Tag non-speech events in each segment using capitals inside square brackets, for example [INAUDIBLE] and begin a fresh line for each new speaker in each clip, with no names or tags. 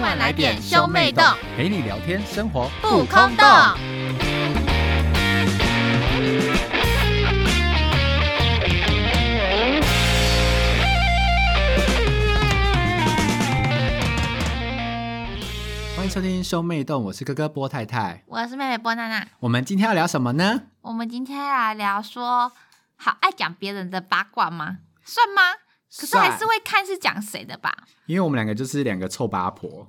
快来点兄妹洞，
陪你聊天，生活
不空洞。
欢迎收听兄妹洞，我是哥哥波太太。
我是妹妹波娜娜，
我们今天要聊什么呢？
我们今天来聊说，好爱讲别人的八卦吗？算吗？可是还是会看是讲谁的吧。
因为我们两个就是两个臭八婆，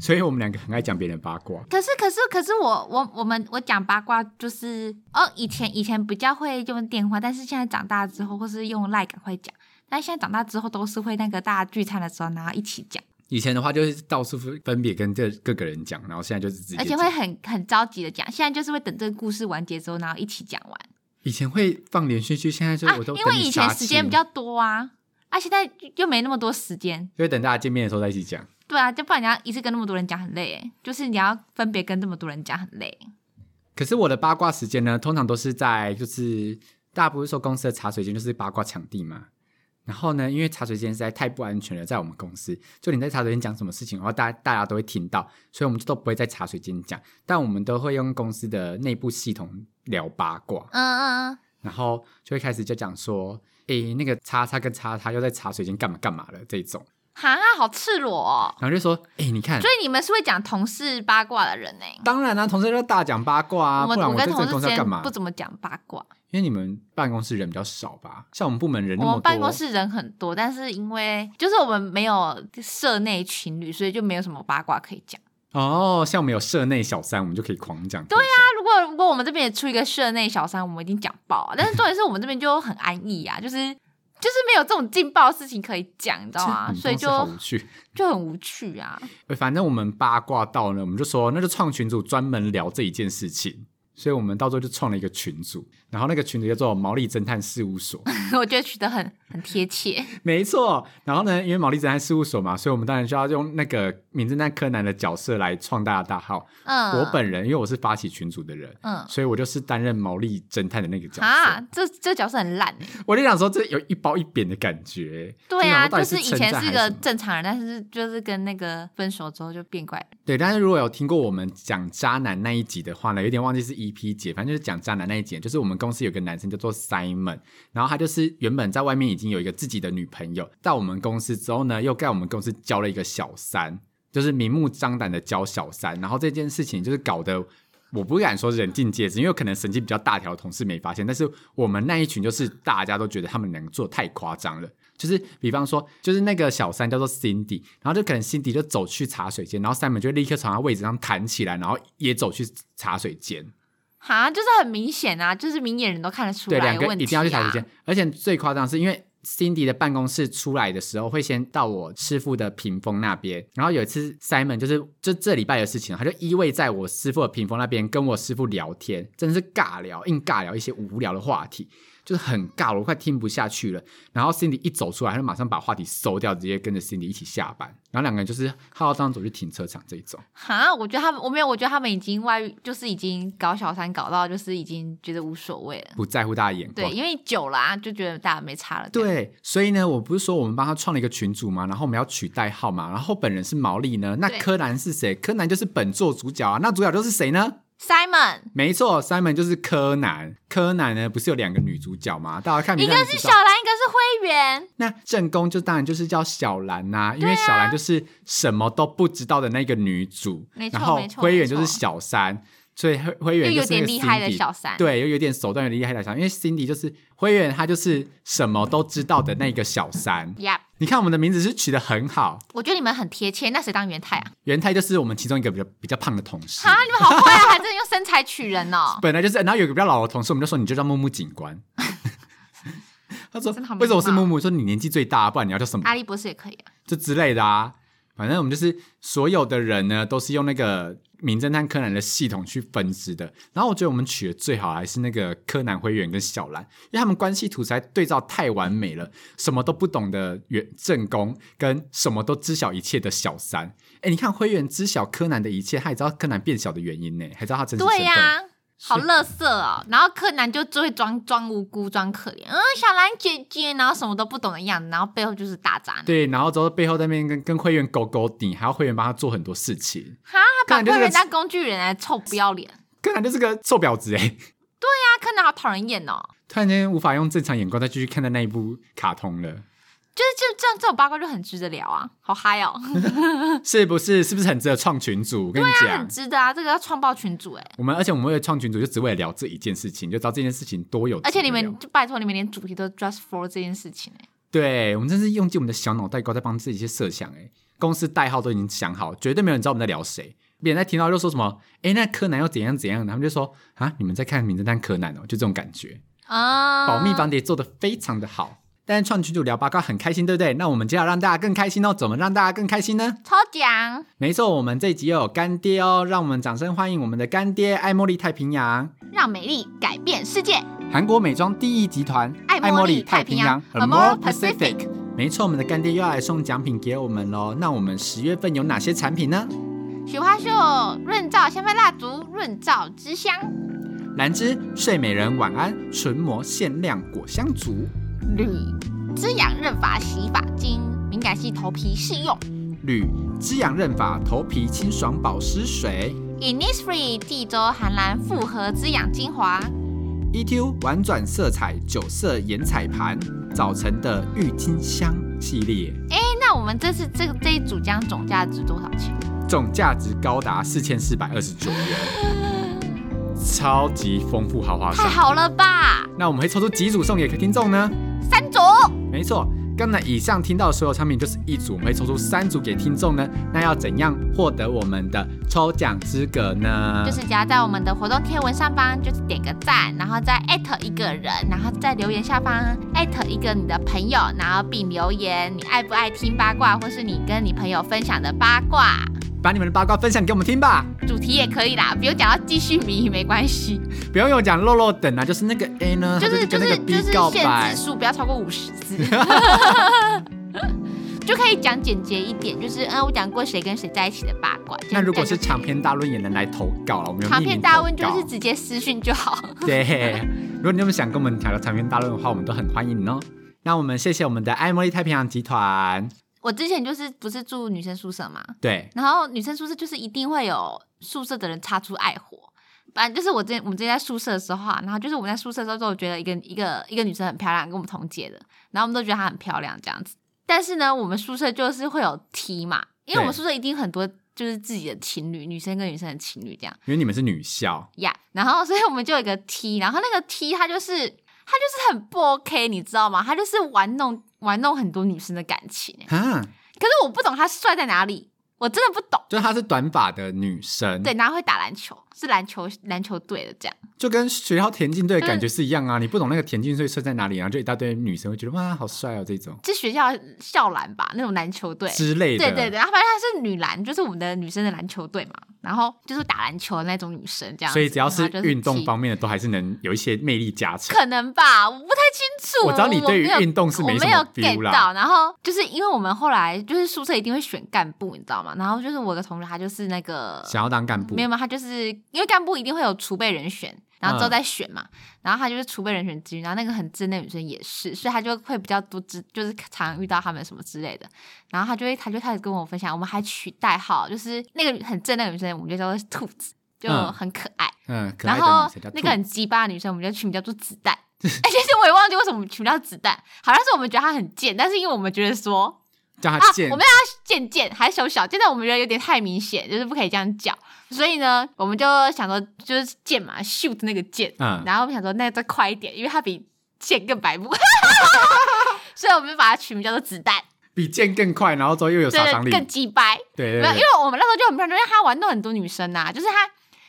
所以我们两个很爱讲别人八卦。
可是可是可是我我我们我讲八卦就是哦，以前以前比较会用电话，但是现在长大之后或是用赖赶快讲。但现在长大之后都是会那个大家聚餐的时候，然后一起讲，
以前的话就是到处分别跟这各个人讲，然后现在就是直接
而
讲，
且会很很着急的讲。现在就是会等这个故事完结之后，然后一起讲完。
以前会放连续剧，现在就
啊
我都、，
因为以前时间比，较多啊，啊，现在又又没那么多时间，
就会等大家见面的时候再一起讲。
对啊，就不然你要一次跟那么多人讲很累欸，就是你要分别跟这么多人讲很累。
可是我的八卦时间呢，通常都是在就是大家不是说公司的茶水间就是八卦场地嘛。然后呢，因为茶水间实在太不安全了，在我们公司，就你在茶水间讲什么事情的话，大大家都会听到，所以我们就都不会在茶水间讲，但我们都会用公司的内部系统聊八卦，
嗯嗯嗯，
然后就会开始就讲说，诶，那个叉叉跟叉叉又在茶水间干嘛干嘛了这种，
哈，好赤裸、哦。
然后就说，诶，你看
所，以你们是会讲同事八卦的人呢、欸
当然啦、啊同事就大讲八卦啊，
我
不
们
然
我
我在
跟
这
同
个
事
公
之
司要
间
干嘛？
不怎么讲八卦，
因为你们办公室人比较少吧？像我们部门人那
我
么多，
们办公室人很多，但是因为就是我们没有社内情侣，所以就没有什么八卦可以讲。
哦，像我们有社内小三，我们就可以狂讲。对呀、
那如果如果我们这边也出一个社内小三，我们一定讲爆、啊。但是重点是我们这边就很安逸啊，就是就是没有这种劲爆的事情可以讲，你知道吗？
这
所以就
我嗯们公司好无趣。
就很无趣啊。 [LAUGHS]
呃反正我们八卦到呢，我们就说那就创群组专门聊这一件事情。所以我们到最后就创了一个群组，然后那个群组叫做“毛利侦探事务所”， [LAUGHS]
我觉得取得很很贴切，
没错。然后呢，因为毛利侦探事务所嘛，所以我们当然就要用那个名侦探柯南的角色来创大家大号。
嗯，
我本人因为我是发起群组的人，
嗯
所以我就是担任毛利侦探的那个角色。
啊，这这角色很烂欸、
我就想说，这有一包一扁的感觉。
对啊，
就
就
想
是
说到底
以
称
前
赞还
是
是
个
什么
正常人，但是就是跟那个分手之后就变怪人。
对。但是如果有听过我们讲渣男那一集的话呢，有点忘记是 EP 姐，反正就是讲渣男那一集，就是我们公司有个男生叫做 Simon，然后他就是原本在外面已经有一个自己的女朋友，到我们公司之后呢，又在我们公司交了一个小三，就是明目张胆的交小三，然后这件事情就是搞得。我不敢说人尽皆知，因为可能神经比较大条的同事没发现，但是我们那一群就是大家都觉得他们两个做得太夸张了。就是比方说，就是那个小三叫做 Cindy，然后就可能 Cindy 就走去茶水间，然后 Simon 就立刻从他位置上弹起来，然后也走去茶水间。
哈，就是很明显啊，就是明眼人都看得出
对，
来
两
有
个
问题、啊。
一定要去茶水间。而且最夸张的是，因为 Cindy 的办公室出来的时候，会先到我师傅的屏风那边。然后有一次 Simon 就是就这礼拜的事情，他就依偎在我师傅的屏风那边跟我师傅聊天，真的是尬聊，硬尬聊一些无聊的话题。就是很尬，我快听不下去了。然后 Cindy 一走出来，他就马上把话题收掉，直接跟着 Cindy 一起下班。然后两个人就是浩浩荡荡走去停车场这一种。
哈，我觉得他们，我没有，我觉得他们已经外遇，就是已经搞小三搞到，就是已经觉得无所谓了。
不在乎大家眼光，
对，因为久了、啊、就觉得大家没差了。这样，
对，所以呢，我不是说我们帮他创了一个群组嘛，然后我们要取代号嘛，然后本人是毛利呢，那
对
柯南是谁？柯南就是本作主角啊，那主角就是谁呢？
，Simon
没错，Simon 就是柯南。柯南呢，不是有两个女主角嘛？大家看名
一
字
个
就是知
小
道。
兰，一个是灰原。
那正宫就当然就是叫小兰呐、因为
啊
小兰就是什么都不知道的那个女主
没，错
然后
没错
灰
没
原就是
错
小三，所以灰灰原
又有
就是
点
那个
厉害的
Cindy
小三
对，又有点手段有点厉害的小三，因为 Cindy 就是灰原，她就是什么都知道的那个小三。
Yep，
你看我们的名字是取得很好，
我觉得你们很贴切。那谁当元太啊？
元太就是我们其中一个比较比较胖的同事
哈，，你们好坏啊，还真的用身材取人
[LAUGHS]
哦。
本来就是，然后有一个比较老的同事，我们就说你就叫木木警官。 [LAUGHS] 他说
真的好没啊
为什么是
礼貌
木木？说你年纪最大，不然你要叫什么？
阿笠博士也可以啊。
这之类的啊。反正我们就是所有的人呢，都是用那个名侦探柯南的系统去分支的。然后我觉得我们取的最好还是那个柯南灰原跟小兰，因为他们关系图才对照太完美了，什么都不懂的原正宫跟什么都知晓一切的小三。哎，你看灰原知晓柯南的一切，他还知道柯南变小的原因呢，还知道他真实身
对
份。
呀、好乐色哦。然后柯南就就会装装无辜、装可怜，嗯，小兰姐姐，然后什么都不懂的样子，然后背后就是大渣男。
对，然后之后背后在那边跟跟会员勾勾顶，还要会员帮他做很多事情。
哈，他
柯南
把
就是
会员
个
当工具人来臭不要
[LAUGHS]
脸。啊，
柯南就是个臭婊子哎！
柯南好讨人厌哦。
突然间无法用正常眼光再继续看待那一部卡通了，
就是这这这种八卦就很值得聊啊，好嗨哦，
是不是？是不是很值得创群组？我跟你讲
很，值得啊，这个要创爆群主哎、
我们而且我们为了创群组，就只为了聊这一件事情，你就知道这件事情多有值得
而
聊。
且你们就拜托你们连主题都 just for 这件事情哎、
对我们真是用尽我们的小脑袋瓜在帮自己去设想、哎，公司代号都已经想好，绝对没有人知道我们在聊谁。别人在听到就说什么，哎、那柯南要怎样怎样，他们就说啊，你们在看《名侦探柯南》哦，就这种感觉。
啊，
保密防谍做的非常的好，但是创群主聊八卦很开心，对不对？那我们就要让大家更开心哦，怎么让大家更开心呢？
抽奖，
没错，我们这一集又有干爹哦，让我们掌声欢迎我们的干爹爱茉莉太平洋，
让美丽改变世界。
韩国美妆第一集团
爱茉莉太平洋
Amore
Amore Pacific。
没错，我们的干爹又要来送奖品给我们喽。那我们十月份有哪些产品呢？
雪花秀润燥香氛蜡烛，润燥之香；
兰芝睡美人晚安唇膜限量果香组，
铝滋养润发洗发精，敏感系头皮适用；
铝滋养润发头皮清爽保湿水
Innisfree 地州含蓝复合滋养精华，
，EQ ，E 婉转色彩九色眼彩盘，早晨的郁金香系列，
那我们这次这这一组将总价值多少钱？
总价值高达四千四百二十九元，超级丰富豪华
太
爽。
好了吧！
那我们会抽出几组送给听众呢？
三组，
没错，刚才以上听到的所有产品就是一组，我们会抽出三组给听众呢。那要怎样获得我们的抽奖资格呢？
就是只要在我们的活动贴文上方，就是点个赞，然后再艾特一个人，然后在留言下方艾特一个你的朋友，然后并留言你爱不爱听八卦，或是你跟你朋友分享的八卦
把你们的八卦分享给我们听吧，
主题也可以啦，不用讲到继续迷没关
[LAUGHS]
系，
不用我讲漏漏等啊，就是那个 A 呢，
就
他
是就
就跟那
是就
个 B
是
告
限
白
字，数不要超过五十
[LAUGHS]
字。就可以讲简洁一点，就是嗯，我讲过谁跟谁在一起的八卦。
那如果是
这样
长
就可以了
篇大论也能来投稿了，我们有
长
匿
篇
名
大
投
问就是
稿
直接私讯就好。 [LAUGHS]
对，如果你们想跟我们聊聊长篇大论的话，我们都很欢迎哦。那我们谢谢我们的爱茉莉太平洋集团，
我之前就是不是住女生宿舍嘛，
对，
然后女生宿舍就是一定会有宿舍的人擦出爱火。反正就是我之前我们之前在宿舍的时候啊，然后就是我们在宿舍的时候，都有觉得一个一个一个女生很漂亮，跟我们同届的，然后我们都觉得她很漂亮这样子。但是呢，我们宿舍就是会有 T 嘛，因为我们
对
宿舍一定很多就是自己的情侣，女生跟女生的情侣这样。
因为你们是女校，
呀然后 [LAUGHS] 所以我们就有一个 T，然后那个 T 他就是他就是很不 OK，你知道吗？他就是玩弄玩弄很多女生的感情欸，
哈，
可是我不懂他帅在哪里，我真的不懂。
就是她是短发的女生，
对，然后会打篮球，是篮球篮球队的这样。
就跟学校田径队的
就是
感觉是一样啊，你不懂那个田径队帅在哪里，然后就一大堆女生会觉得哇好帅哦这种
是学校校篮吧，那种篮球队。
之类的，
对对对，然后反正她是女篮，就是我们的女生的篮球队嘛，然后就是打篮球的那种女生这样子。
所以只要
然后
是
她就
运动
T
方面的，都还是能有一些魅力加成。
可能吧，我不太清楚。
我知道你对于
没有
运动是没
我
什
没有
么
get
feel 啦
到。然后就是因为我们后来就是宿舍一定会选干部，你知道吗？然后就是我有个同学，他就是那个
想要当干部
没，有嘛，他就是因为干部一定会有储备人选，然后之后
嗯
再选嘛。然后他就是储备人选之一，然后那个很真的女生也是，所以他就会比较多知，就是常遇到他们什么之类的。然后他就会，他就开始跟我分享，我们还取代号，就是那个很正的女生，我们就叫做兔子，就
嗯
很可爱。
嗯，可
然
爱的
后
女生叫
那个
兔
很鸡巴的女生，我们就取名叫做子弹。 [LAUGHS] 哎、其实我也忘记为什么我们取名叫子弹，好像是我们觉得她很贱，但是因为我们觉得说
叫
啊
她，贱
我们要她贱贱还是小小，现在我们觉得有点太明显，就是不可以这样叫。所以呢，我们就想说就是贱嘛，shoot 那个贱，
嗯，
然后我们想说那再快一点，因为她比贱更白
[LAUGHS]
目，所以我们就把它取名叫做子弹，
比贱更快，然后之后又有杀伤
对，
力，
更鸡掰。
对对
没有，因
对
为，我们那时候就很漂亮，因为他玩弄很多女生呐、就是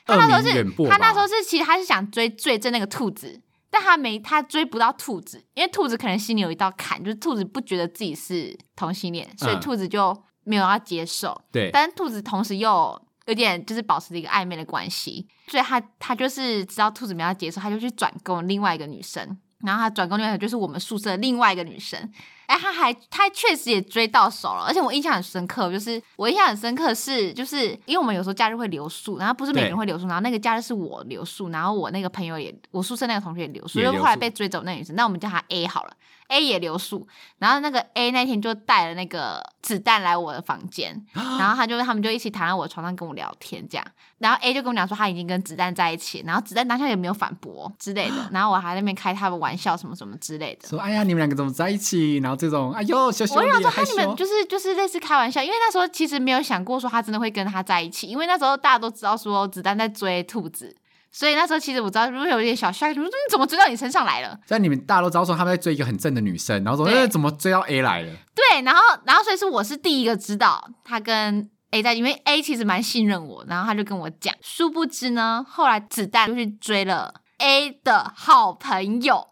他他
恶
那时候
名远播
是，他那
吧
时候是其实他是想追追着那个兔子，但他没他追不到兔子，因为兔子可能心里有一道坎，就是兔子不觉得自己是同性恋，所以
嗯
兔子就没有要接受，
对，
但是兔子同时又有点就是保持着一个暧昧的关系，所以他他就是知道兔子没有要接受，他就去转攻另外一个女生。然后他转攻另外一个就是我们宿舍另外一个女生，哎、哎、他还他确实也追到手了，而且我印象很深刻，就是我印象很深刻是，就是因为我们有时候假日会留宿，然后不是每个人
对
会留宿，然后那个假日是我留宿，然后我那个朋友也，我宿舍那个同学也留宿，
也
就
留
后来
宿
被追走那女生，那我们叫她 A 好了，A 也留宿，然后那个 A 那天就带了那个子弹来我的房间，然
哦
后他就他们就一起躺在我床上跟我聊天这样，然后 A 就跟我讲说他已经跟子弹在一起，然后子弹当下也没有反驳哦之类
啊
的，然后我还在那边开他们玩笑什么什么之类的。
说哎呀，你们两个怎么在一起？然后这种哎呦，羞羞
我就想
脸
说，
[LAUGHS] 害
他你们
羞。
就是就是类似开玩笑，因为那时候其实没有想过说他真的会跟他在一起，因为那时候大家都知道说子弹在追兔子，所以那时候其实我知道，如果有一点小吓，就是嗯怎么追到你身上来了？
像你们大家都知道说他们在追一个很正的女生，然后说
对
哎怎么追到 A 来了？
对，然后然后所以是我是第一个知道他跟 A 在，因为 A 其实蛮信任我，然后他就跟我讲，殊不知呢，后来子弹就去追了 A 的好朋友，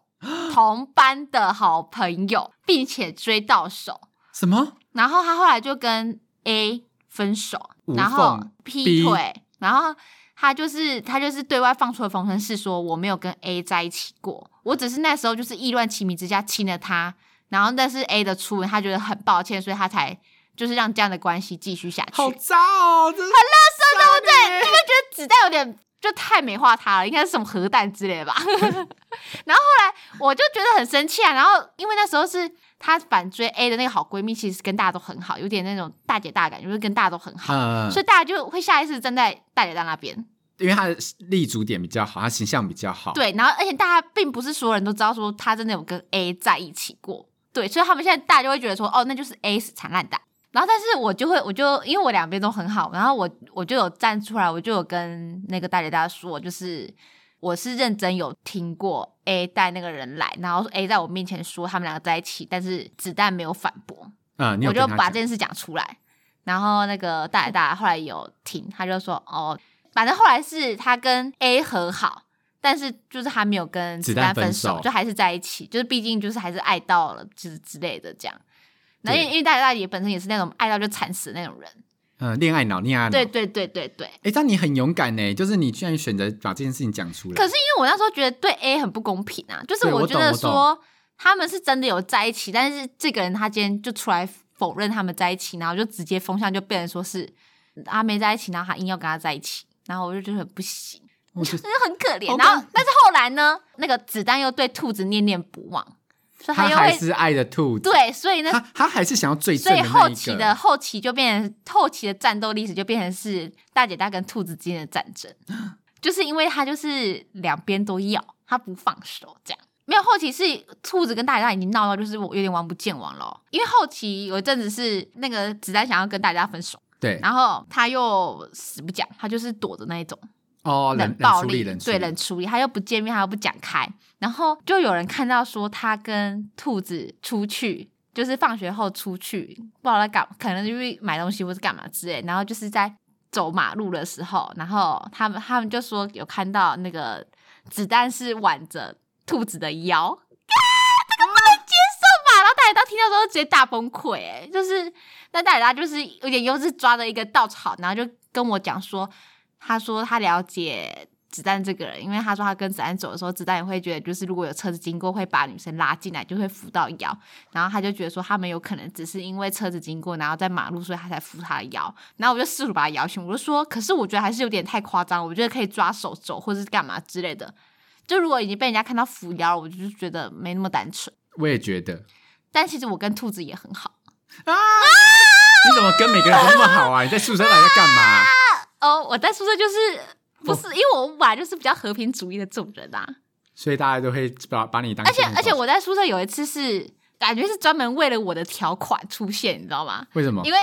同班的好朋友，并且追到手。
什么？
然后他后来就跟 A 分手，
无缝
然后劈
B
腿，然后他就是他就是对外放出的风声是说我没有跟 A 在一起过，我只是那时候就是意乱情迷之下亲了他，然后但是 A 的初吻他觉得很抱歉，所以他才就是让这样的关系继续下去。
好渣哦，真是很垃圾，对不对？
就觉得子弹有点就太美化他了，应该是什么核弹之类的吧。 [LAUGHS] 然后后来我就觉得很生气啊，然后因为那时候是她反追 A 的那个好闺蜜，其实跟大家都很好，有点那种大姐大感觉，就是跟大家都很好，
嗯，
所以大家就会下意识站在大姐大那边。
因为他的立足点比较好，他形象比较好。，
对，然后而且大家并不是所有人都知道说她真的有跟 A 在一起过，对，所以他们现在大家就会觉得说，哦，那就是 A 死缠烂打。然后，但是我就会，我就因为我两边都很好，然后我我就有站出来，我就有跟那个大姐大说，就是我是认真有听过 A 带那个人来，然后 A 在我面前说他们两个在一起，但是子弹没有反驳，
嗯，你有
我就
跟他
把
讲
这件事讲出来。然后那个大姐大后来有听，他就说哦，反正后来是他跟 A 和好，但是就是还没有跟子
子弹
弹分
分
手，
手
就还是在一起，就是毕竟就是还是爱到了之之类的这样。那因
对
为因为大姐大也本身也是那种爱到就惨死的那种人，
嗯恋爱脑，恋爱脑。
对对对对对。
哎，但你很勇敢呢，就是你居然选择把这件事情讲出来。
可是因为我那时候觉得对 A 很不公平啊，就是
嗯对我
觉得
懂我懂
说他们是真的有在一起，但是这个人他今天就出来否认他们在一起，然后就直接风向就变成说是他没在一起，然后他硬要跟他在一起，然后我就觉得很不行，
我就
真的很可怜。
好
然后
吧
但是后来呢，那个子弹又对兔子念念不忘，所以
他
又
还
会
是爱的兔子，
对，所以呢
他，他还是想要最
所
正
以
的那
后
一
期
个。
的后期就变成后期的战斗历史就变成是大姐大跟兔子之间的战
[GASPS]
争，就是因为他就是两边都要，他不放手这样。没有后期是兔子跟大姐大已经闹到就是我有点王不见王了哦，因为后期有一阵子是那个子弹想要跟大家分手，
对
然后他又死不讲，他就是躲着那一种。
哦，冷
冷暴
处
力，
理，冷处
对
理
冷处理，他又不见面，他又不讲开，然后就有人看到说他跟兔子出去，就是放学后出去，不知道在干，可能就是买东西或是干嘛之类，然后就是在走马路的时候，然后他们他们就说有看到那个子弹是挽着兔子的腰。 [LAUGHS] 啊这个不能接受吧然后大姐大听到之后直接大崩溃、欸，就是那大姐大就是有点又是抓着一个稻草，然后就跟我讲说，他说他了解子弹这个人，因为他说他跟子弹走的时候，子弹也会觉得就是如果有车子经过，会把女生拉进来，就会扶到腰。然后他就觉得说他们有可能只是因为车子经过，然后在马路，所以他才扶他的腰。然后我就试图把他摇醒，我就说，可是我觉得还是有点太夸张，我觉得可以抓手肘或是干嘛之类的。就如果已经被人家看到扶腰了，我就是觉得没那么单纯。
我也觉得
但其实我跟兔子也很好。
啊，你怎么跟每个人都那么好啊？你在宿舍到底在干嘛？
哦，我在宿舍就是不是、因为我本来就是比较和平主义的这种人啊。
所以大家都会把把你当
而且
正统
而且我在宿舍有一次是感觉是专门为了我的条款出现，你知道吗？
为什么
因？为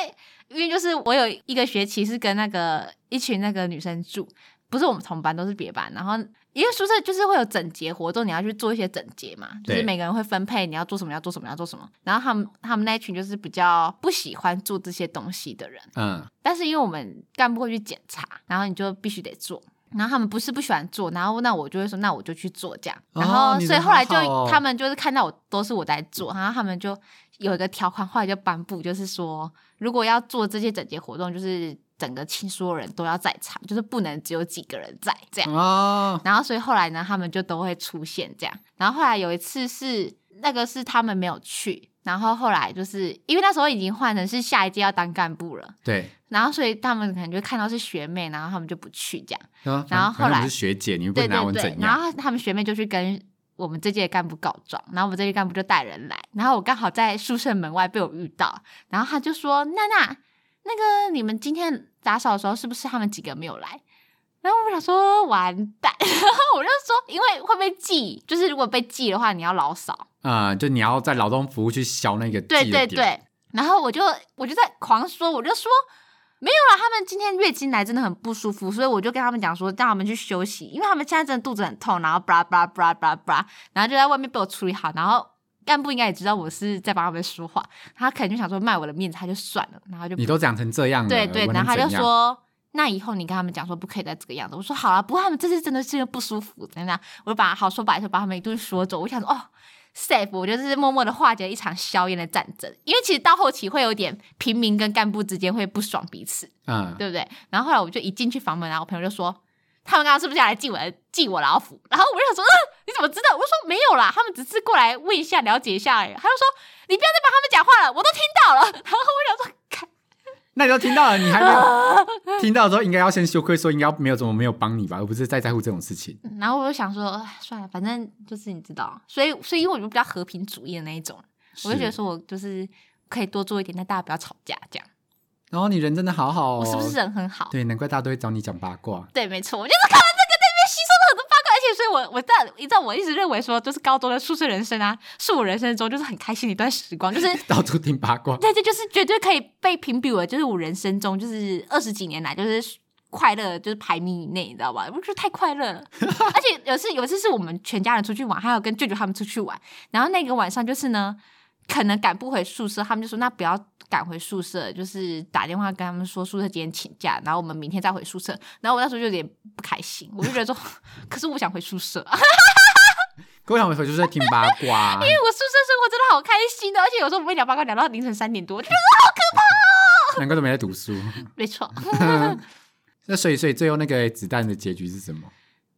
因为就是我有一个学期是跟那个一群那个女生住，不是我们同班，都是别班。然后因为宿舍就是会有整洁活动，你要去做一些整洁嘛，就是
对
每个人会分配你要做什么，要做什么，要做什么。然后他们他们那一群就是比较不喜欢做这些东西的人，
嗯，
但是因为我们干部会去检查，然后你就必须得做。然后他们不是不喜欢做，然后那我就会说，那我就去做这样。
哦
然后
你
所以
人
后来就、
好好哦
他们就是看到我都是我在做，然后他们就有一个条款，后来就颁布，就是说如果要做这些整洁活动，就是整个亲所有人都要在场，就是不能只有几个人在这样。
哦，
然后所以后来呢，他们就都会出现这样。然后后来有一次是那个是他们没有去，然后后来就是因为那时候已经换成是下一届要当干部了，
对，
然后所以他们可能就看到是学妹，然后他们就不去这样。
然
然后后来
是学姐，你又不
对
能拿我
对对
怎，
然
样？
后他们学妹就去跟我们这届的干部告状，然后我们这届干部就带人来，然后我刚好在宿舍门外被我遇到，然后他就说：“娜娜，那个你们今天打扫的时候是不是他们几个没有来？”然后我想说完蛋， [LAUGHS] 然后我就说，因为会被记，就是如果被记的话，你要老扫。
啊、就你要在劳动服务去消那个
对
记
对
的点，
对，然后我就我就在狂说，我就说没有啦，他们今天月经来真的很不舒服，所以我就跟他们讲说，让他们去休息，因为他们现在真的肚子很痛，然后 bra bra bra bra bra，然后就在外面被我处理好，然后。干部应该也知道我是在帮他们说话，他可能就想说卖我的面子，他就算了，然后就不
你都讲成这样了，
对对，
我
然
能
后他就
嗯怎样，
说，那以后你跟他们讲说不可以再这个样子。我说好了，不过他们这次真的是不舒服，怎样怎样，我就把好说歹说把他们一顿说走。我想说哦，safe，我就是默默的化解了一场硝烟的战争，因为其实到后期会有点平民跟干部之间会不爽彼此，
嗯，
对不对？然后后来我就一进去房门，然后我朋友就说。他们刚刚是不是要来记我的记我老虎？然后我就想说，嗯、你怎么知道？我就说没有啦，他们只是过来问一下、了解一下而已。他就说，你不要再帮他们讲话了，我都听到了。 [LAUGHS] 然后我想说，看
那你都听到了，你还
[LAUGHS]
没有听到之后，应该要先羞愧，说应该没有怎么没有帮你吧，而不是再在乎这种事情。
然后我就想说，唉算了，反正就是你知道，所以所以因为我就比较和平主义的那一种，我就觉得
是，
说我就是可以多做一点，但大家不要吵架，这样、
然后你人真的好好、哦，
我是不是？啊人很好？
对，难怪大家都会找你讲八卦。 [LAUGHS]
对，没错，我就是看到这个在那边吸收了很多八卦，而且所以我我在你知道我一直认为说，就是高中的宿舍人生啊，是我人生中就是很开心的一段时光，就是
到处听八卦，
对，这就是绝对可以被评比为就是我人生中就是二十几年来就是。快乐就是排名以内，你知道吧？我觉得太快乐了，而且有一次有一次是我们全家人出去玩，还有跟舅舅他们出去玩，然后那个晚上就是呢，可能赶不回宿舍，他们就说那不要赶回宿舍，就是打电话跟他们说宿舍今天请假，然后我们明天再回宿舍。然后我那时候就有点不开心，我就觉得说， [LAUGHS] 可是我想回宿舍啊，
跟我想回去就是在听八卦，啊
因为我宿舍生活真的好开心哦的，而且有时候我们会聊八卦聊到凌晨三点多，我就觉
[LAUGHS] 难怪都没在读书。
得 [LAUGHS] 没错。 [LAUGHS]
那所以，所以最后那个子弹的结局是什么？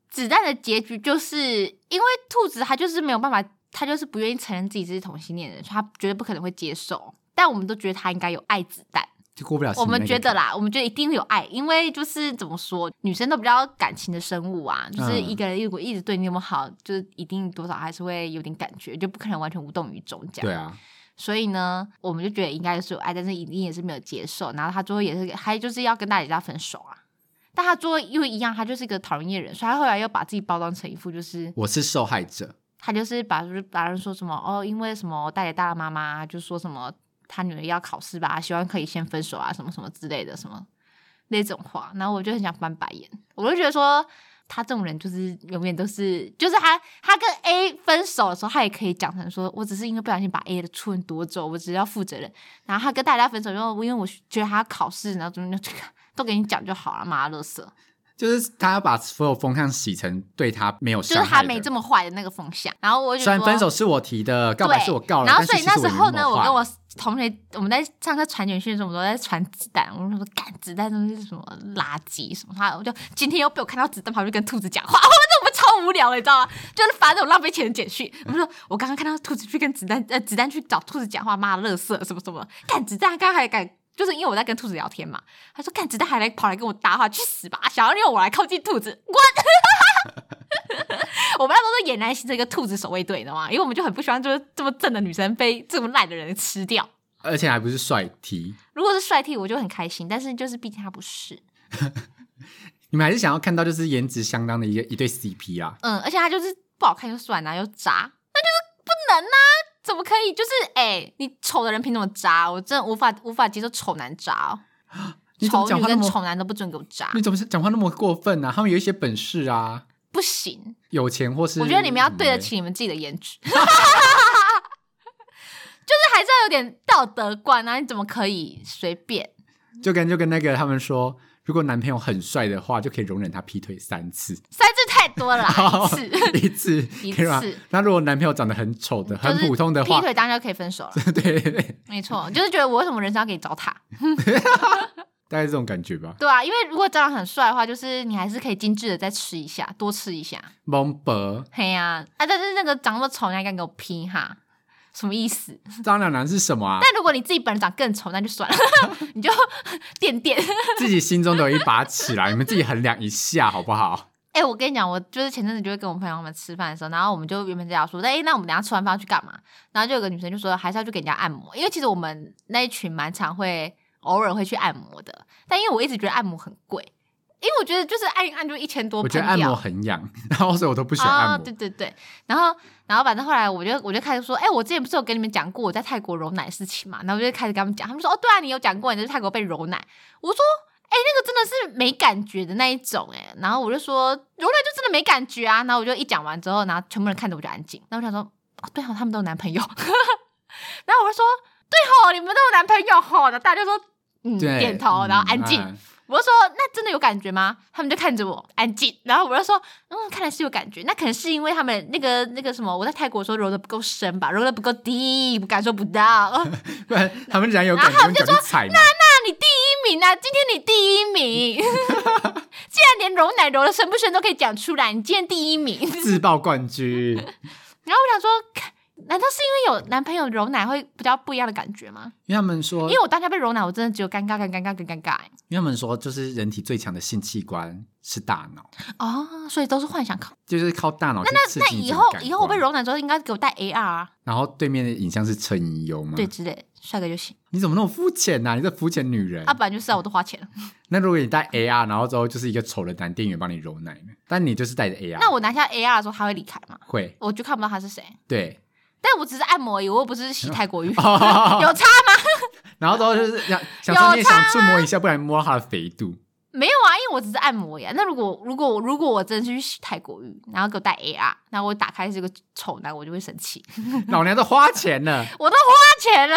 子弹的结局就是因为兔子他就是没有办法，他就是不愿意承认自己是同性恋人，所以他绝对不可能会接受。但我们都觉得他应该有爱子弹，
就过不了心
我
里啊那个坎。
们觉得啦，我们觉得一定会有爱，因为就是怎么说，女生都比较感情的生物啊，就是
嗯
一个人如果一直对你那么好，就是一定多少还是会有点感觉，就不可能完全无动于衷这样。
对啊，
所以呢，我们就觉得应该是有爱，但是一定也是没有接受。然后他最后也是，他就是要跟大姐大分手啊。但他最后又一样，他就是一个讨人厌的人，所以他后来又把自己包装成一副就是
我是受害者。
他就是把就是把人说什么哦，因为什么大姐大的妈妈就说什么他女儿要考试吧，希望可以先分手啊，什么什么之类的什么那种话，然后我就很想翻白眼，我就觉得说他这种人就是永远都是，就是他他跟 A 分手的时候，他也可以讲成说我只是因为不小心把 A 的初吻夺走，我只是要负责任，然后他跟大家分手之后，因为我觉得他要考试，然后怎么就 [LAUGHS] 都给你讲就好了，妈乐色，
就是他要把所有风向洗成对他没有
就
伤
是
害
他
的
没这么坏的那个风向，然后我就觉
虽
得
然
说
分手是我提的，告白
对
是我告了，
然后
但
所以
是其实
那时候
也
呢，
没有
我跟
坏
我同学我们在上课传简讯的时候，我们都在传子弹，我们说干子弹都是什么垃圾什么，他我就今天又被我看到子弹跑去跟兔子讲话， [LAUGHS] 我这们超无聊的，你知道吗？就是发这种浪费钱的简讯。我们说我刚刚看到兔子去跟子弹呃子弹去找兔子讲话，妈的，乐色什么什么，干子弹刚刚还敢。就是因为我在跟兔子聊天嘛，他说干子弹还来跑来跟我搭话，去死吧！想要用我来靠近兔子，滚！我们那时候是俨然形成一个兔子守卫队，你知道吗？因为我们就很不喜欢就是这么正的女生被这么烂的人吃掉。
而且还不是帅提，
如果是帅 T，我就很开心，但是就是毕竟他不是，
你们还是想要看到就是颜值相当的一个一对啊 CP 啦。
嗯，而且他就是不好看就算了、又渣，那就是不能啊，怎么可以？就是哎、你丑的人凭什么渣？我真的无法无法接受丑男渣、哦，
你怎么
丑
讲
女
话那
跟
么，
丑男啊都不准给我渣，
你怎么讲话那么过分啊？他们有一些本事啊，
不行。
有钱或是
我觉得你们要
什么的
对得起你们自己的颜值， [LAUGHS] 就是还是要有点道德观啊！你怎么可以随便？
就跟就跟那个他们说，如果男朋友很帅的话，就可以容忍他劈腿三次， [LAUGHS]
三次太多了啦，一次
一次
一
可以吗
次？
那如果男朋友长得很丑的、 [LAUGHS] 很
就是
普通的
劈
话，
腿当然就可以分手
[LAUGHS]
了。
对对对，
没错，就是觉得我为什么人生要给你糟蹋？
大概是这种感觉吧。
对啊，因为如果蟑螂很帅的话，就是你还是可以精致的再吃一下，多吃一下。
蒙伯
嘿呀、啊，但是那个长那么丑，你还敢给我劈哈？什么意思？
渣男男是什么啊？
但如果你自己本人长更丑，那就算了， [LAUGHS] 你就垫垫。
自己心中都有一把尺啦，你们自己衡量一下好不好？
哎、我跟你讲，我就是前阵子就会跟我朋友们吃饭的时候，然后我们就原本在聊说，哎、那我们等一下吃完饭要去干嘛？然后就有个女生就说，还是要去给人家按摩，因为其实我们那一群蛮常会偶尔会去按摩的，但因为我一直觉得按摩很贵，因为我觉得就是按一按就一千多，
我
喷
觉
掉。
得按摩很痒，然后所以我都不喜欢
啊、
按摩。
对对对，然后然后反正后来我就我就开始说，哎、我之前不是有跟你们讲过我在泰国揉奶的事情嘛？然后我就开始跟他们讲，他们说，哦，对啊，你有讲过你在泰国被揉奶。我说，哎、那个真的是没感觉的那一种、哎。然后我就说，揉奶就真的没感觉啊。然后我就一讲完之后，然后全部人看着我就安静。那我想说，哦，对哦，他们都有男朋友。 [LAUGHS] 然后我就说，对哦，你们都有男朋友吼。然后大家就说，嗯，
对，
点头，然后安静。
嗯
我就说那真的有感觉吗？他们就看着我安静，然后我就说嗯，看来是有感觉，那可能是因为他们那个那个什么，我在泰国的时候揉的不够深吧，揉的不够低，感受不到。哦那
不
[LAUGHS]
然他们然有感
然后
觉，
他
你
们
脚
就
去踩嘛。
你第一名啊，今天你第一名， [LAUGHS] 既然连揉奶揉的深不深都可以讲出来，你今天第一名。
自爆冠
[LAUGHS]
军，
然后我想说， [LAUGHS] 看难道是因为有男朋友揉奶会比较不一样的感觉吗？
因为他们说，
因为我当下被揉奶，我真的只有尴尬、尴尬、尴尬、跟尴尬、欸。
因为他们说，就是人体最强的性器官是大脑，
哦，所以都是幻想考。
就是靠大脑去刺
那
激你
以
的
后
感
以后我被
官，
揉奶之后，应该给我带 AR 啊。
然后对面的影像是陈怡游吗？
对，之类的，帅哥就行。
你怎么那么肤浅呐？你这肤浅女人
啊，。本来就是啊，我都花钱了。
那如果你戴 AR，然后之后就是一个丑的男店员帮你揉奶呢，但你就是戴着 AR，
那我拿下 AR 的时候，他会离开吗？
会
我就看不到他是谁。
对，
但我只是按摩而已，我又不是洗泰 [LAUGHS] 国浴，有
哦
差
[LAUGHS] 然后之后就是想想说你也
有差
想
吗
触摸一下，不然摸它的肥
[LAUGHS]
度。
没有啊？因为我只是按摩呀。那如果如果如果我真的去洗泰国浴，然后给我带 AR，然后我打开是个丑男，我就会生气。
老娘都花钱了。
我都花钱了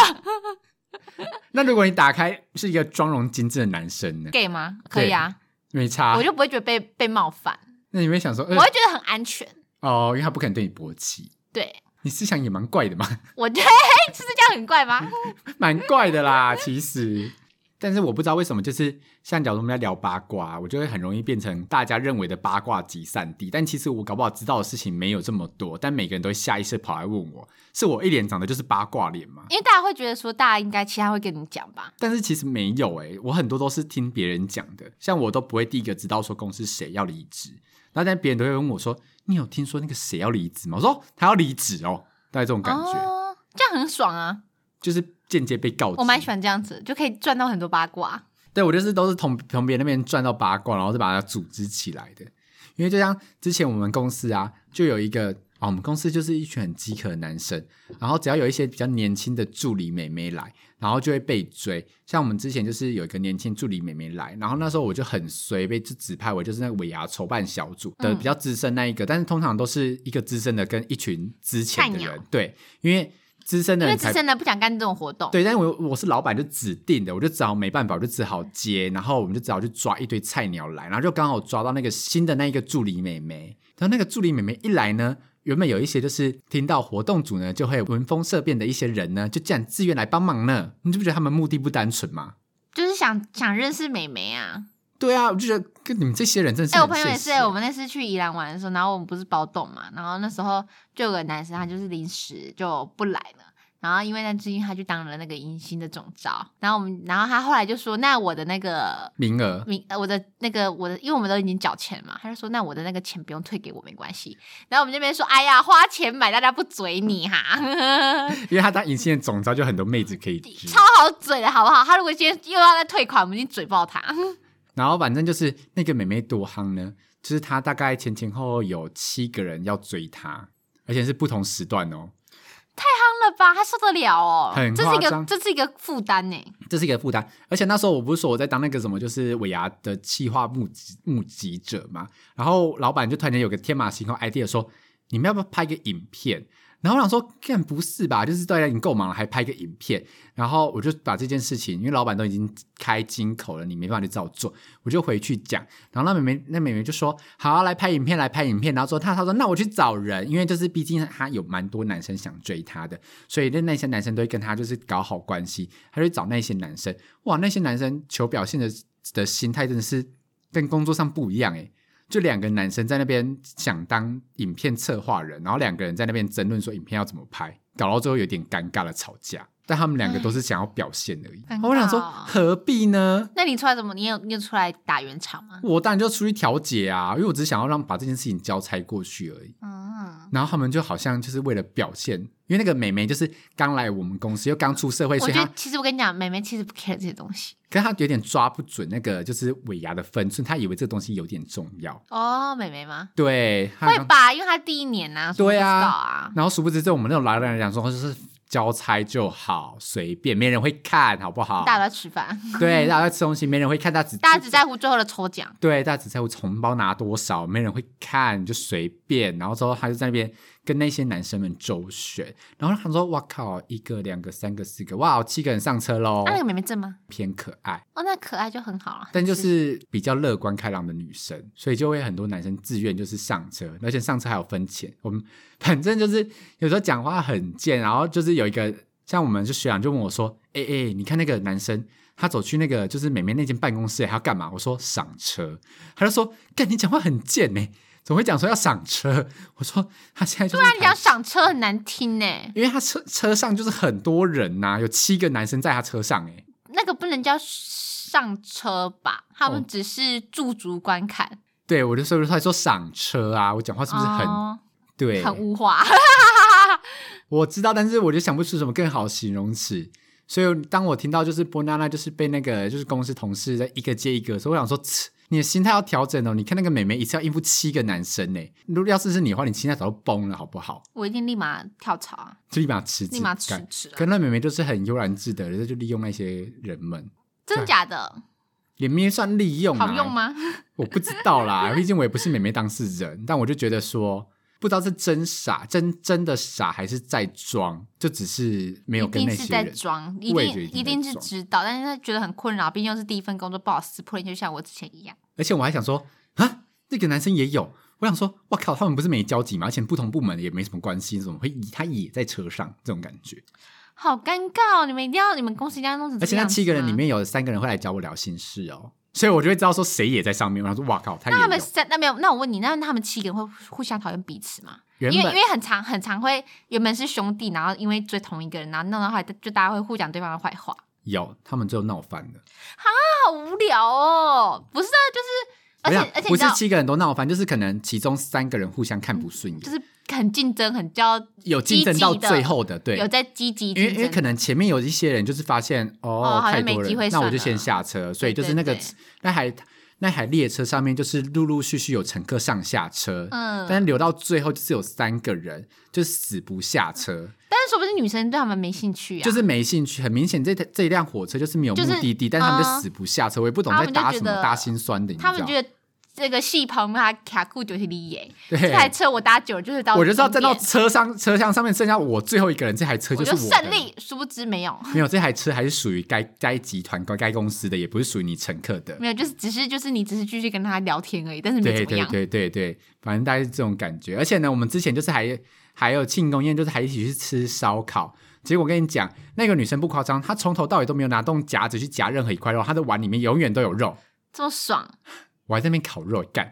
那如果你打开是一个妆容精致的男生呢？
，gay 吗？可以啊，
没差
我。就不会觉得被被冒犯，
那你会想说，
我
呃
会觉得很安全。
哦，因为他不可能对你勃起。
对，
你思想也蛮怪的嘛，
我觉得 [LAUGHS] 是这样很怪吗？
蛮怪的啦， [LAUGHS] 其实。但是我不知道为什么，就是像假如我们在聊八卦，我就会很容易变成大家认为的八卦集散地。但其实我搞不好知道的事情没有这么多，但每个人都会下意识跑来问我，是我一脸长得就是八卦脸吗？
因为大家会觉得说，大家应该其他会跟你讲吧。
但是其实没有诶、我很多都是听别人讲的，像我都不会第一个知道说公司谁要离职，然后但别人都会问我说：“你有听说那个谁要离职吗？”我说哦：“他要离职哦。”大概这种感觉，
哦，这样很爽啊。
就是间接被告知。
我蛮喜欢这样子，就可以赚到很多八卦。
对我就是都是从从别人那边赚到八卦，然后再把它组织起来的。因为就像之前我们公司啊，就有一个啊、我们公司就是一群很饥渴的男生，然后只要有一些比较年轻的助理美眉来，然后就会被追。像我们之前就是有一个年轻助理美眉来，然后那时候我就很随被就指派为就是那个尾牙筹办小组的
嗯
比较资深那一个，但是通常都是一个资深的跟一群之前的
菜鸟
人，对，因为资深的
因为
人才
资深的不想干这种活动，
对，但是我我是老板就指定的，我就只好没办法，我就只好接，然后我们就只好去抓一堆菜鸟来，然后就刚好抓到那个新的那一个助理妹妹，然后那个助理妹妹一来呢。原本有一些就是听到活动组呢就会闻风色变的一些人呢，就这样自愿来帮忙呢，你就不觉得他们目的不单纯吗？
就是想想认识美眉啊。
对啊，我就觉得跟你们这些人真的是
哎、
很
我朋友
现
也是、
实
我们那次去宜兰玩的时候，然后我们不是包栋嘛，然后那时候就有个男生，他就是临时就不来了。然后因为那最近他去当了那个迎新的总招，然后我们，然后他后来就说，那我的那个
名额
名，呃我的那个我的，因为我们都已经缴钱嘛，他就说那我的那个钱不用退给我没关系。然后我们这边说，哎呀，花钱买大家不嘴你哈， [LAUGHS]
因为他当隐形人总招就很多妹子可以追。
超好嘴的好不好？他如果今天又要再退款，我们已经嘴爆他。
然后反正就是那个妹妹多夯呢，就是她大概前前后后有七个人要追她，而且是不同时段哦。
当了吧，他受得了哦，
很
这是一
夸
个
张
这是一个负担呢。
这是一个负担。而且那时候我不是说我在当那个什么，就是尾牙的企划募集募集者嘛，然后老板就突然间有个天马行空 idea 说，你们要不要拍个影片？然后我想说，干不是吧？就是大家已经够忙了，还拍个影片。然后我就把这件事情，因为老板都已经开金口了，你没办法就照做，我就回去讲。然后那妹妹那妹妹就说：“好、啊，来拍影片，来拍影片。”然后说她她说：“那我去找人，因为就是毕竟她有蛮多男生想追她的，所以那那些男生都会跟她就是搞好关系，她就找那些男生。哇，那些男生求表现的的心态真的是跟工作上不一样诶。就两个男生在那边想当影片策划人，然后两个人在那边争论说影片要怎么拍。搞到最后有点尴尬的吵架。但他们两个都是想要表现而已
哎。
我想说，
尴尬
何必呢？
那你出来怎么？你有你有出来打圆场吗？
我当然就出去调解啊，因为我只是想要让把这件事情交差过去而已。
嗯，
然后他们就好像就是为了表现，因为那个美眉就是刚来我们公司又刚出社
我
会，哎所以
觉
她
得其实我跟你讲，妹妹其实不 care 这些东西。
可是她有点抓不准那个就是尾牙的分寸，她以为这个东西有点重要。
哦，妹妹吗？
对，她
会
刚
吧，因为她第一年呐、啊，所以
对
不知道
啊
啊，，
然后殊不知对我们那种老人来讲说，就是交差就好，随便，没人会看好不好？
大家都在吃饭，
对，大家在吃东西，没人会看，大家只
大家只在乎最后的抽奖。
对，大家只在乎红包拿多少，没人会看，就随便。然后之后他就在那边跟那些男生们周旋，然后他说：“哇靠，一个、两个、三个、四个，哇，七个人上车
啊
喽
那、，那个妹妹正吗？
偏可爱，
哦，那可爱就很好了。
哦但就是比较乐观开朗的女生，所以就会很多男生自愿就是上车，而且上车还有分钱。我们反正就是有时候讲话很贱，然后就是有一个像我们就学长就问我说：“哎、哎、你看那个男生。”他走去那个就是美美那间办公室，他要干嘛？我说赏车，他就说：“干，你讲话很贱呢、怎么会讲说要赏车？”我说：“他现在就是
对啊，你
台
要赏车很难听呢、
因为他车车上就是很多人呐、有七个男生在他车上、欸，哎，
那个不能叫上车吧？他
哦
们只是驻足观看，
对我就说他说赏车啊，我讲话是不是很、
哦、
对？
很污化？ [LAUGHS]
我知道，但是我就想不出什么更好的形容词。所以当我听到就是波娜娜就是被那个就是公司同事在一个接一个的时候，我想说，呲你的心态要调整哦。你看那个美眉一次要应付七个男生呢，如果要是是你的话，你心态早就崩了，好不好？
我一定立马跳槽啊，
就立马辞职，
立马辞
干。
职啊
可！那美眉就是很悠然自得的，就利用那些人们，
真假的？
也没算利用、啊，
好用？吗？
我不知
[LAUGHS]
道啦，毕竟我也不是美眉当事人，但我就觉得说，不知道是真傻，真真的傻还是在装，就只是没有
一
跟
定
那
是
些
在
人。
装，一
我
定
也觉得一定
一定
在
是
装
知道，但是他觉得很困扰，毕竟又是第一份工作，不好撕破脸，就像我之前一样。
而且我还想说，啊，那个男生也有。我想说，哇靠，他们不是没交集吗？而且不同部门也没什么关系，怎么会以他也在车上这种感觉？
好尴尬哦！你们一定要，你们公司一定要弄成
而且
这
那
样子
七个人里
吗，
面有三个人会来找我聊心事哦，所以我就会知道说谁也在上面。我想说，哇靠，他
那他
也
们
有。
三那没有？那我问你，那他们七个人会互相讨厌彼此吗？因
原
为因
本
为很常很常会原本是兄弟，然后因为追同一个人，然后弄到后来就大家会互讲对方的坏话，
有，他们最后闹翻了。
好无聊哦！不是啊，就是而
我
且
想
而且
不
你知
是
道，
七个人都闹翻，就是可能其中三个人互相看不顺眼，
就是很竞争，很叫
有竞争到
嗯积极的
最后的，对，
有在积极
因为
竞
因为可
争。
能前面有一些人就是发现
哦
哦
好像
太多
没机
人
会，
那我
算
就先
了
下车，所以就是
对
那个
对
那台那台列车上面就是陆陆续续有乘客上下车，
嗯，
但留到最后就是有三个人就死不下车，
但是说不定女生对他们没兴趣啊，
就是没兴趣。很明显这台这一辆火车就是没有目
就是
的地，但是他们就
嗯
死不下车，我也不懂
他
在
们就
搭
觉
什么
得
搭心酸的，你知
他们
道？
觉得这个戏棚他卡库就是你耶，这
对，
台车我搭久了就是到
我就知道站到
终点
车上车厢上面剩下我最后一个人，这台车
我
是
就
我的
胜利，殊不知没有。
没有，这台车还是属于该该集团、该该公司的，也不是属于你乘客的。
没有，就是只是就是你只是继续跟他聊天而已，但是没
对
怎么
对
样。
对对对，反正大概是这种感觉。而且呢，我们之前就是还还有庆功宴，就是还一起去吃烧烤。结果我跟你讲，那个女生不夸张，她从头到尾都没有拿动夹子去夹任何一块肉，她的碗里面永远都有肉。
这么爽，
我还在那边烤肉干，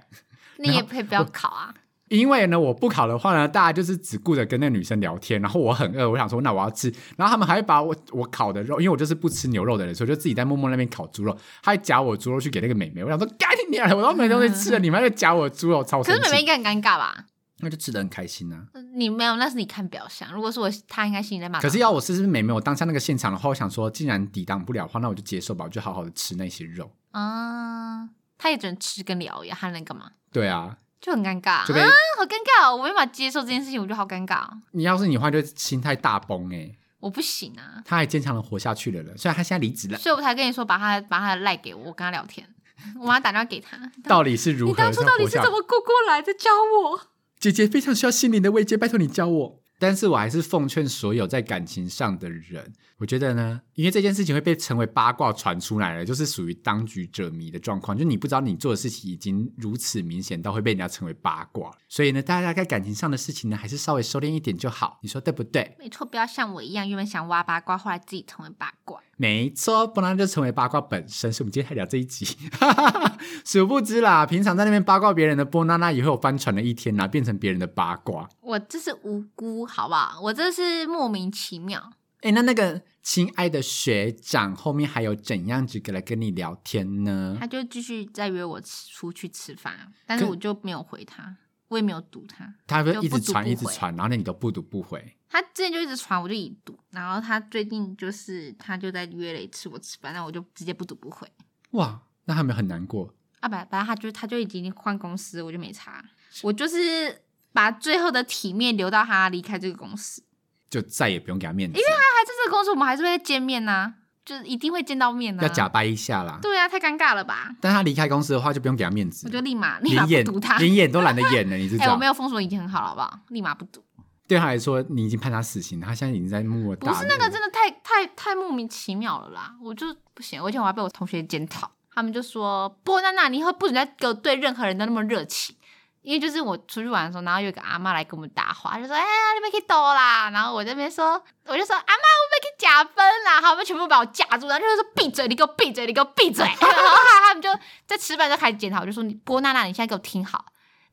你也可以不要考啊。
因为呢，我不烤的话呢，大家就是只顾着跟那个女生聊天，然后我很饿，我想说那我要吃，然后他们还会把我我烤的肉，因为我就是不吃牛肉的人，所以就自己在默默那边烤猪肉，还夹我猪肉去给那个美眉，我想说干你娘的，我都没东西吃了，你们还在夹我猪肉，超
嗯可
生
是妹妹
气，
应该很尴尬吧？呃
那就吃的很开心啊。
你没有，那是你看表象。如果是我，她应该心里在骂。
可是要我试试美眉，我当下那个现场的话，我想说，既然抵挡不了的话，那我就接受吧，我就好好的吃那些肉。
啊，她也只能吃跟聊呀，还能干嘛？
对啊，
就很尴尬，
这边、
啊，好尴尬、哦，我没办法接受这件事情，我觉得好尴尬、哦，
你要是你的话，就心态大崩哎、欸，
我不行啊，
她还坚强的活下去了了，虽然她现在离职了，
所以我才跟你说把她把她的赖给我，我跟她聊天， [LAUGHS] 我马上打电话给她。
到底是如
你
何
当
让
初到底
活
是
下
怎么过过来的？教我。
姐姐非常需要心灵的慰藉，拜托你教我。但是我还是奉劝所有在感情上的人，我觉得呢，因为这件事情会被成为八卦传出来了，就是属于当局者迷的状况，就你不知道你做的事情已经如此明显到会被人家成为八卦，所以呢，大家在感情上的事情呢，还是稍微收敛一点就好，你说对不对？
没错，不要像我一样，原本想挖八卦，后来自己成为八卦。
没错，不然就成为八卦本身。所以我们今天才聊这一集， [LAUGHS] 哈哈哈，殊不知啦，平常在那边八卦别人的波娜娜也会有翻船的一天啦，变成别人的八卦。
我这是无辜，好不好？我这是莫名其妙。
哎，那那个亲爱的学长后面还有怎样子来跟你聊天呢
他？就继续再约我吃出去吃饭，但是
可
我就没有回他，我也没有堵他。
他会
就
一
不
直
读
传
不
一直
回
传，然后那你都不读不回。
他之前就一直传，我就已读，然后他最近就是他就在约了一次我吃饭，那我就直接不读不回。
哇，那他们很难过。
啊，本来本来他就他就已经换公司，我就没查，我就是把最后的体面留到他离开这个公司。
就再也不用给他面子，
他还在这个公司，我们还是会见面呐、就是一定会见到面呐、
要假掰一下啦。
对啊，太尴尬了吧？
但他离开公司的话，就不用给他面子
我，就立马立马
连
不
演
读他。
连演都懒得演
[LAUGHS]
了，你知
哎、我
道？
没有封锁已经很好了，好不好？立马不读。
对他来说，你已经判他死刑，他现在已经在默默
不
大。
是那个，真的太太太莫名其妙了啦！我就不行，而且我还被我同学检讨，他们就说：“波娜娜，你以后不准再给我对任何人都那么热情。”因为就是我出去玩的时候，然后有一个阿嬷来跟我们搭话，她就说：“哎、呀，你们可以抖啦。”然后我这边说，我就说：“阿嬷，我们可以假分啦。”他们全部把我架住，然后就说：“闭嘴，你给我闭嘴，你给我闭嘴。”然 [LAUGHS] 后他们就在吃饭就开始检讨，我就说：“你波娜娜，你现在给我听好，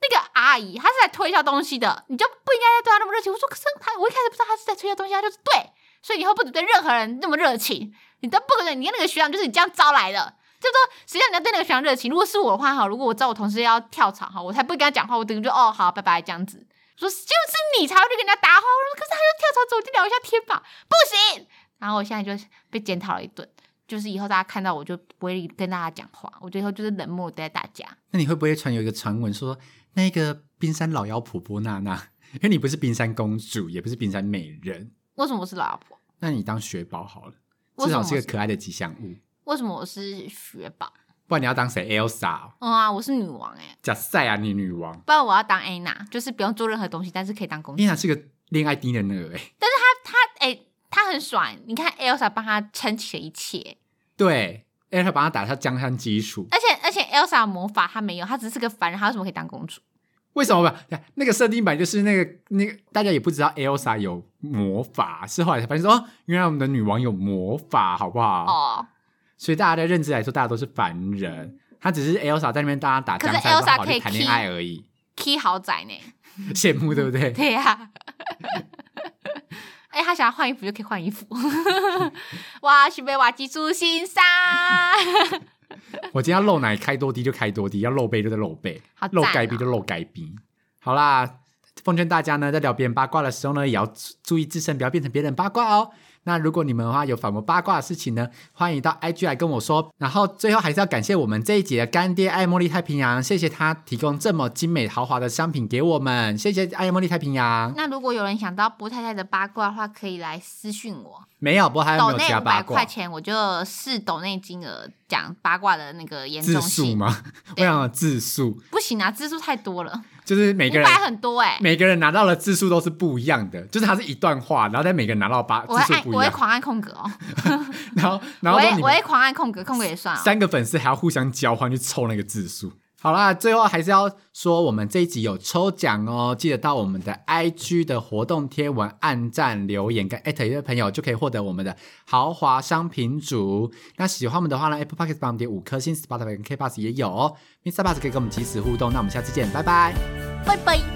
那个阿姨，她是来推销东西的，你就不应该再对她那么热情。我说，可是她，我一开始不知道她是在推销东西，她就是对，所以以后不准对任何人那么热情，你都不可能，你跟那个学长就是你这样招来的。就说，谁叫你要对那个学长热情？如果是我的话，哈，如果我知道我同事要跳槽，哈，我才不会跟他讲话，我等于就哦，好，拜拜这样子。说就是你才会去跟人家搭话，我说可是他就跳槽走，我就聊一下天吧，不行。然后我现在就被检讨了一顿，就是以后大家看到我就不会跟大家讲话，我最后就是冷漠对待大家。
那你会不会传有一个传闻说，那个冰山老妖婆波娜娜，因为你不是冰山公主，也不是冰山美人，
为什么我是老婆？
那你当雪宝好了，
为
至
什么
少是个可爱的吉祥物。
为什么我是雪宝？
不然你要当谁？Elsa 哦、
嗯啊，我是女王哎、
假赛啊，你女王。
不然我要当 Anna，就是不用做任何东西，但是可以当公主。
因为她是个恋爱低能儿哎、
她哎、她很爽，你看 Elsa 帮她撑起了一切，
对，Elsa 帮她打下江山基础。
而且而且 Elsa 的魔法她没有，她只是个凡人，她为什么可以当公主？
为什么吧？那个设定版就是那个那个，大家也不知道 Elsa 有魔法，是后来才发现说，哦，原来我们的女王有魔法，好不好？
哦，
所以大家在认知来说，大家都是凡人。她只是 Elsa 在那边大家打
可
江
是
山，说
Elsa
好
可以
去谈恋爱而已，
k 豪宅呢？
羡慕对不
[LAUGHS]
对？
对呀、啊。哎、她想要换衣服就可以换衣服。 [LAUGHS] 哇，是被瓦吉出新衫，
我今天要露奶开多低就开多低，要露背就在露背
好，赞
露
哦
该逼就露该逼。好啦，奉劝大家呢，在聊别人八卦的时候呢，也要注注意自身，不要变成别人八卦哦。那如果你们的话有反驳八卦的事情呢，欢迎到 IG 来跟我说。然后最后还是要感谢我们这一节的干爹爱茉莉太平洋，谢谢他提供这么精美豪华的商品给我们，谢谢爱茉莉太平洋。
那如果有人想到波太太的八卦的话，可以来私讯我。
没有，不过还有没
抖
有
内
其他
五
八
百
卦
块？钱，我就视抖内金额讲八卦的那个严
字
重
数
性。
吗？ [LAUGHS] 我想讲字数，
不行啊，字数太多了，
就是每
五
个人
百很多哎、
每个人拿到的字数都是不一样的，就是它是一段话，然后但每个人拿到八字
我会
数
按，
不
我
一
会
样，
狂按空格哦，[LAUGHS]
然后
我
然后
会
你
我会
们
狂按空格，空格也算哦。
三个粉丝还要互相交换去凑那个字数。好啦，最后还是要说，我们这一集有抽奖哦，记得到我们的 IG 的活动贴文按赞、留言跟艾特一位朋友，就可以获得我们的豪华商品组。那喜欢我们的话呢，Apple Podcast 帮我们点五颗星，Spotify 跟 K Bus 也有哦。Mr. Bus 可以跟我们及时互动。那我们下次见，拜拜。
拜拜。